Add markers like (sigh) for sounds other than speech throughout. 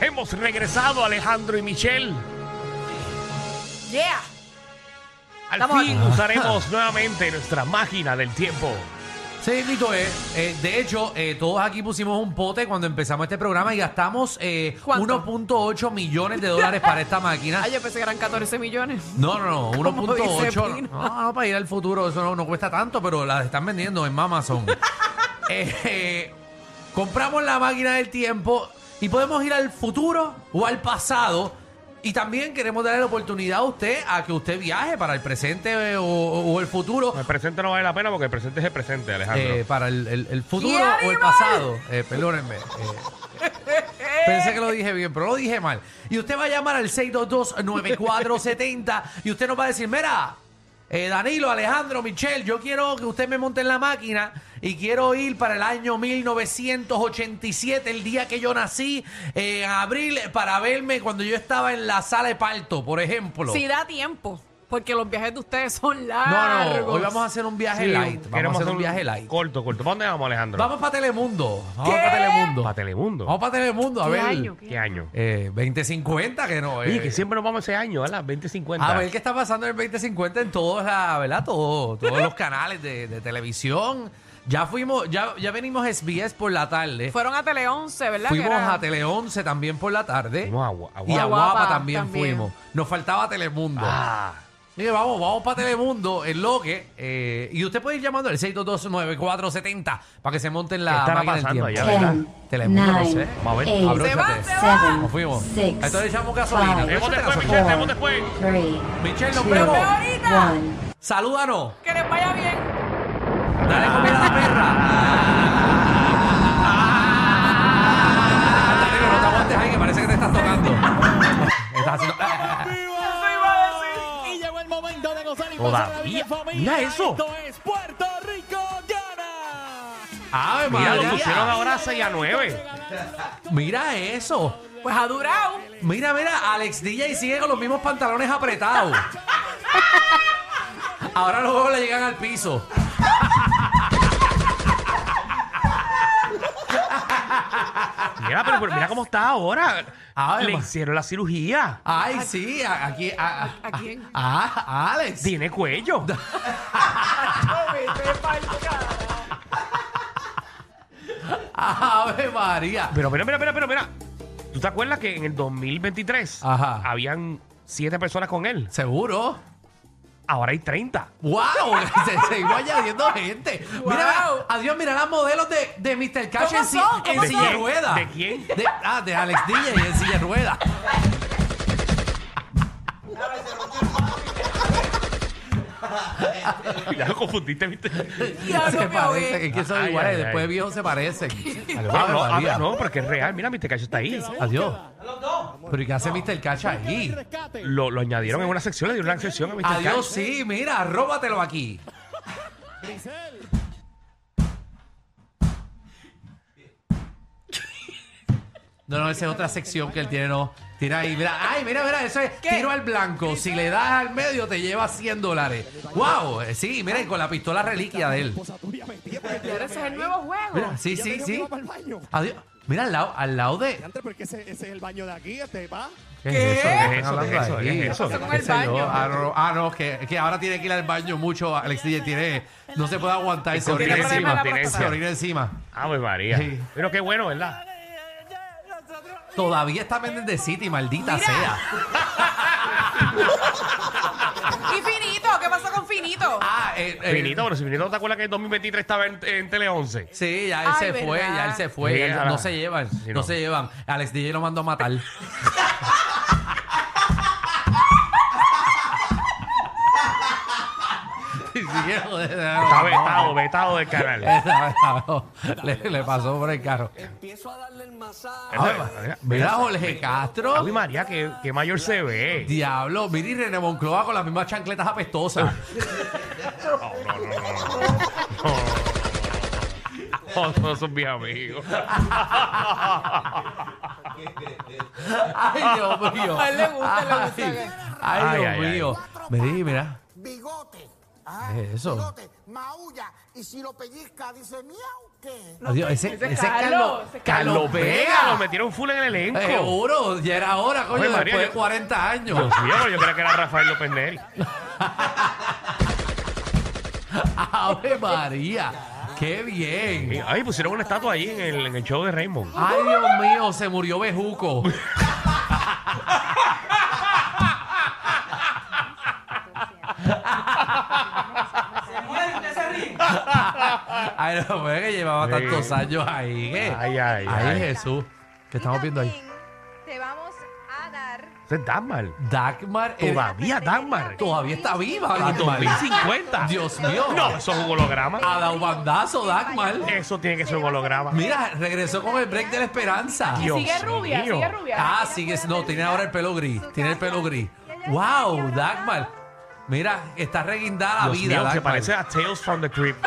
Hemos regresado Alejandro y Michelle. Yeah. Al Estamos fin aquí. (laughs) usaremos nuevamente nuestra máquina del tiempo. Sí, Mito, eh, eh, de hecho, eh, todos aquí pusimos un pote cuando empezamos este programa y gastamos eh, ¿Cuánto? 1.8 millones de dólares para esta máquina. Ay, yo pensé que eran 14 millones. No, no, no, Como dice 1.8. Pino. No, no, para ir al futuro, eso no, no cuesta tanto, pero las están vendiendo (laughs) en Amazon. Eh, eh, compramos la máquina del tiempo y podemos ir al futuro o al pasado. Y también queremos darle la oportunidad a usted a que usted viaje para el presente eh, o, o el futuro. El presente no vale la pena porque el presente es el presente, Alejandro. eh, para el, el- el futuro ¡Qué o el animal! pasado. Eh, perdónenme. eh, pensé que lo dije bien, pero lo dije mal. Y usted va a llamar al 622-9470 y usted nos va a decir, mira, eh, Danilo, Alejandro, Michelle, yo quiero que usted me monte en la máquina y quiero ir para el año 1987, el día que yo nací, eh, en abril, para verme cuando yo estaba en la sala de parto, por ejemplo. Si da tiempo, porque los viajes de ustedes son no, largos. no, hoy vamos a hacer un viaje Sí, light. Vamos a queremos hacer un viaje light. Corto, corto. ¿Para dónde vamos, Alejandro? Vamos para Telemundo. Vamos ¿Qué? para Telemundo. Para Telemundo. Vamos para Telemundo, a ¿Qué ver. año? ¿Qué año? Eh, 2050, que no. Oye, eh, que siempre nos vamos ese año, ¿verdad? 2050. A ver qué está pasando en el 2050 en todos, la, ¿verdad? Todo- todos los canales de, de televisión. Ya fuimos, ya, ya venimos SBS por la tarde. Fueron a Tele 11, ¿verdad? Que Fuimos era- a Tele 11 también por la tarde. Fuimos a Gua- a y a Guapa. Guapa también, También. fuimos. Nos faltaba Telemundo. Ah, Mire, vamos, vamos para Telemundo, en lo que. eh, y usted puede ir llamando al 6229470 para que se monten la ¿Qué estará máquina del pasando allá, tiempo. verdad? Ten, Telemundo, no nine, sé. Vamos a ver. eight, Se va, Abróchate. se va. Nos fuimos. Six, Entonces le echamos gasolina. five, Le echamos Vemos después, gasolina. Michelle, vemos después. four, three, Michelle, nos two, vemos. ahorita. one. Salúdanos. Que les vaya bien. Dale comida a la perra. Danilo, no te aguantes ahí, Ah. que parece que te estás tocando. Estás haciendo. Eso iba a decir. Y llegó el momento de gozar y Todavía. pasar la vida en familia. Mira eso. Esto es Puerto Rico gana. ¡Ave Ah, Mira, lo María! pusieron ahora a 6 a 9. Mira eso. Pues ha durado. Mira, mira, Alex DJ sigue con los mismos pantalones apretados. Ahora los huevos le llegan al piso. Mira, pero, pero mira cómo está ahora. Ah, Le ma- hicieron la cirugía. Ay, sí, a- aquí. ¿A, a- ¿A quién? a- a Alex. Tiene cuello. ¡Ave María! Pero mira, mira, mira, mira, mira. ¿Tú te acuerdas que en el 2023 Ajá. habían 7 personas con él? ¿Seguro? Ahora hay 30. ¡Wow! (laughs) Se seguimos añadiendo gente. Mira, Wow. adiós, mira las modelos de, de Mr. Cash ¿Cómo en, si- son? en ¿Cómo silla son? de rueda. ¿De quién? De- ah, de Alex DJ en silla de rueda. ya lo confundiste, ¿viste? Ya se no me parecen, ahogué. es que son Ay, iguales, ay, ay. después de viejos se parecen. Ah, Ave no, ah, María. no, porque es real. Mira, Mr. Cacho está ahí. Adiós. Pero ¿y qué hace Mr. Cash ahí? Rescate. Lo, lo añadieron en una sección, le dieron una sección a Mr. Cacho. Adiós, sí, mira, róbatelo aquí. Grisel. No, no, esa es otra sección que él tiene, no. Tira ahí, mira, ay, mira, mira, eso es ¿Qué? tiro al blanco. Si le das al medio, te lleva 100 dólares. ¡Wow! eh, Sí, mira, y con la pistola reliquia de él. Esposa tuya metida por el Y ahora ese es el nuevo juego. Mira, sí, Ya sí, te digo que sí. va pa'l baño. Adiós. Mira, al lado, al lado de. Antes, porque ese, ese es el baño de aquí, este va. ¿Qué es ¿Qué es eso? ¿Qué es eso? ¿Qué es eso? ¿Qué pasó con ¿Qué el sé yo? baño? Ah, no, ah, no, que, que ahora tiene que ir al baño mucho. Alex DJ tiene. No se puede aguantar. Se orina tiene problema encima. de la Se próstata. orina encima. Ave María. Sí. Pero qué bueno, ¿verdad? Todavía está Mendes de City, maldita Mira. sea. ¿Y Finito? ¿Qué pasó con Finito? Ah, eh, eh, Finito, pero si Finito no te acuerdas que en 2023 estaba en, en Tele 11. Sí, ya él Ay, se fue, verdad. ya él se fue. Sí, ya él- ahora- no se llevan, Sí, no. no. se llevan. Alex DJ lo mandó a matar. (laughs) Ni siquiera lo dejaron. Está (laughs) vetado, vetado del Eh. canal. le, le pasó por el carro. Empiezo a darle el masaje. Ay, Mira a Jorge Castro. Ave María, que, que mayor se ve. Diablo, mira y René Moncloa con las mismas chancletas (laughs) apestosas. (laughs) Oh, todos son mis amigos. Ay, Dios mío. A él le gusta, le gusta que- Ay, Ay, ay, Dios ay. mío. Mira, mira. Bigote. Ah, ¿Qué es eso? Bigote. Maulla. y si lo pellizca dice miau, ¿qué? Adiós, ese, ese es ese es Carlos, Carlos, Carlos Vega. Eh, oh. Lo Vega. metieron full en el elenco. Seguro, ya era hora, coño, Oye, María, después yo- de 40 años. Dios mío, pero yo creía que era Rafael López Neri. (laughs) Ave María, qué bien. Ay, pusieron una estatua ahí en el, en el show de Raymond. Ay, Dios mío, se murió Bejuco. Ay, no, fue que llevaba Sí. tantos años ahí. ¿qué? Ay, ay, ay. Jesús. ¿Qué Y estamos viendo ahí? también Te vamos a dar. Ese es Dagmar. Dagmar. eh, Todavía Ah, Dagmar. Ah, todavía está viva, En Dagmar. 2050. Dios mío. No, eso es un holograma. Ha dado bandazo, Dagmar. Eso tiene que ser un holograma. Mira, regresó con el break de la esperanza. Dios sigue rubia, mío. sigue rubia. Ah, sigue. No, tiene ahora el pelo gris. Su Tiene el casa. pelo gris. Y ella ¡Wow! está Dagmar. Mira, está reguindada Dios la vida. mío, se Dagmar. parece a Tales from the Crypt.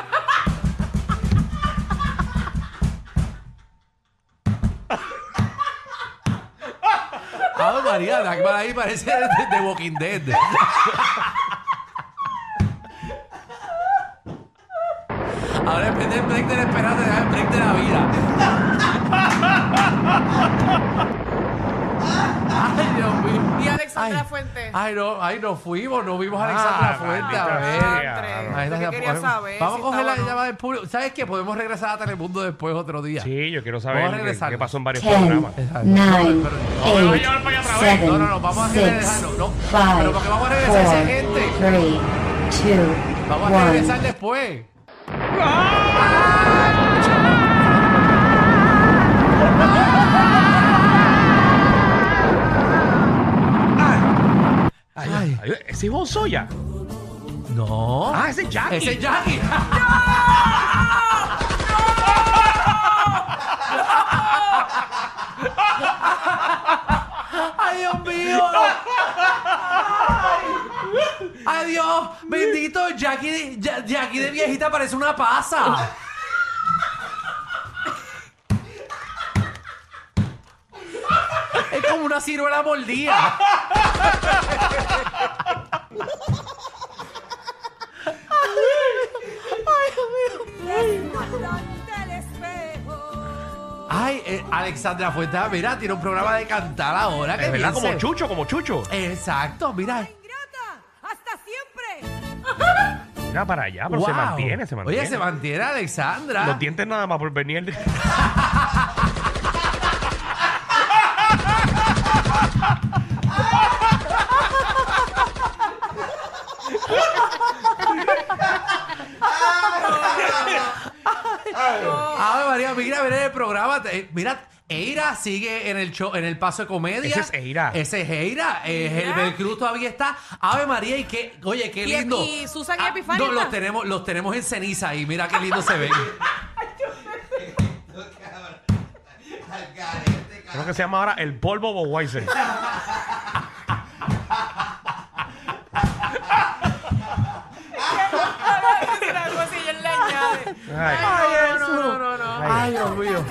Ave María, Dagmar ahí parece de, de Walking Dead. Ahora en vez del break de la esperanza, deja el break de la vida. Ay, Dios mío. Y Alexandra Ay, Fuentes. Ay, no, ay, no fuimos, no vimos a Alexandra Ah, Fuente. maldita A ver. sea. Andrés, Ahí está, yo ya, quería vamos- saber Vamos si a coger la estaba o no. llamada del público. ¿Sabes qué? Podemos regresar a Telemundo después otro día. Sí, yo quiero Vamos a saber qué, regresar. qué pasó en varios programas. Exacto. nine, No, pero- me voy a eight, llevar para allá otra vez. seven, No, no, no, vamos a six, regresarlo, no. Pero five, porque vamos a regresar esa four, gente. three, two, Vamos a one. regresar después. Ay, ay, ay, ese es Bonzoya. No. Ah, ese es Jackie. Ese es Jackie. ¡Ay, Dios mío! ¡Ay! ¡Ay, Dios! ¡Bendito! Jackie de, Ya- Jackie de viejita parece una pasa. Es como una ciruela mordida. Ay, eh, Alexandra Fuentes, mira, tiene un programa de cantar ahora. que Es verdad, bien como se- Chucho, como Chucho. Exacto, mira. ¡Hasta siempre! (laughs) Mira para allá, pero se Wow. mantiene, se mantiene. Oye, se mantiene Alexandra. Los dientes nada más por venir. Ave María, mira, mira el programa. Eh, Mira, Eira sigue en el show, en el paso de comedia. Ese es Eira. Ese es Eira. Eh, Mira. Herbert Cruz todavía está. Ave María, y qué, oye, qué Y- lindo. Ah, y Susan Epifanio No, está. los tenemos, los tenemos en ceniza ahí. Mira qué lindo se ven. Creo que se llama ahora el polvo Bowaiser. Algo así, y él le añade. Ay. Ay, no, no, no, no, no. (laughs) Ay, Dios mío.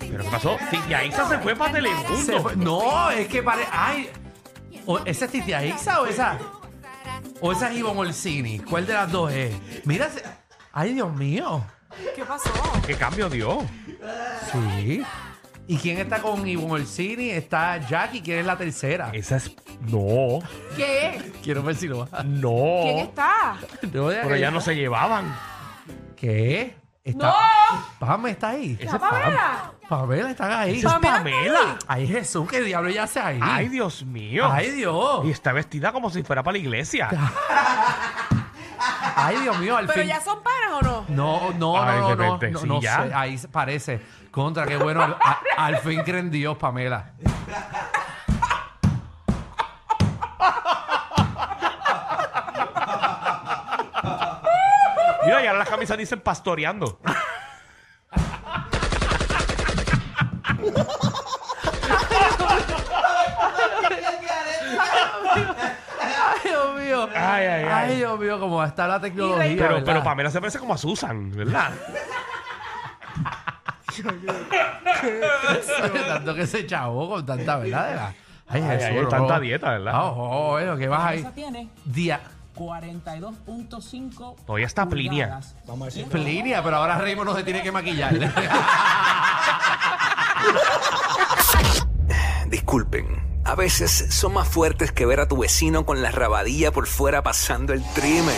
¿Pero qué pasó? Cintia Isa se fue para Se Telemundo. fue- no, es que parece. Ay. O- ¿Esa es Titia Ixa o esa? ¿O esa es Ivonne Orsini? ¿Cuál de las dos es? Mira. se- Ay, Dios mío. ¿Qué pasó? ¿Qué cambio dio? Sí. ¿Y quién está con Ivonne Orsini? Está Jackie, ¿quién es la tercera? Esa es... No, ¿Qué? Quiero ver si lo va. no. ¿Quién está? No, ya Pero que- ya no se llevaban. ¿Qué? Está... ¡No! Pamela está ahí. Ese ¿La es Pam. Pamela? Pamela está ahí. Esa es Pamela Pamela. Ay, Jesús, ¿qué diablo ella hace ahí? Ay, Dios mío. Ay, Dios. Y está vestida como si fuera para la iglesia. Ay, Dios mío, al ¿Pero fin. ya son panas o no? No, no, Ay, no, de no, repente, no, sí, no sé. ya. Ahí se- parece. Contra, qué bueno. Al, a- al fin cree en Dios, Pamela. Mira, y ahora las camisas dicen pastoreando. Ay, Dios mío. Ay, ay, ay. Ay, Dios mío, cómo está la tecnología. Pero, ¿verdad? pero Pamela se parece como a Susan, ¿verdad? tanto que se chavó con tanta verdad. Ay, Ay, Jesús, ay, no. tanta dieta, ¿verdad? Ah, Ojo, ojo, ojo, que vas ahí. tiene? Día. 42.5 Todavía está Plinia. pulgadas. Vamos a ver si. Plinia, pero ahora Raymond no se tiene que maquillar. Disculpen. A veces son más fuertes que ver a tu vecino con la rabadilla por fuera pasando el trimen.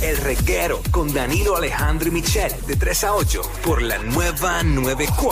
El reguero con Danilo Alejandro y Michel de 3 a 8 por la nueva 94.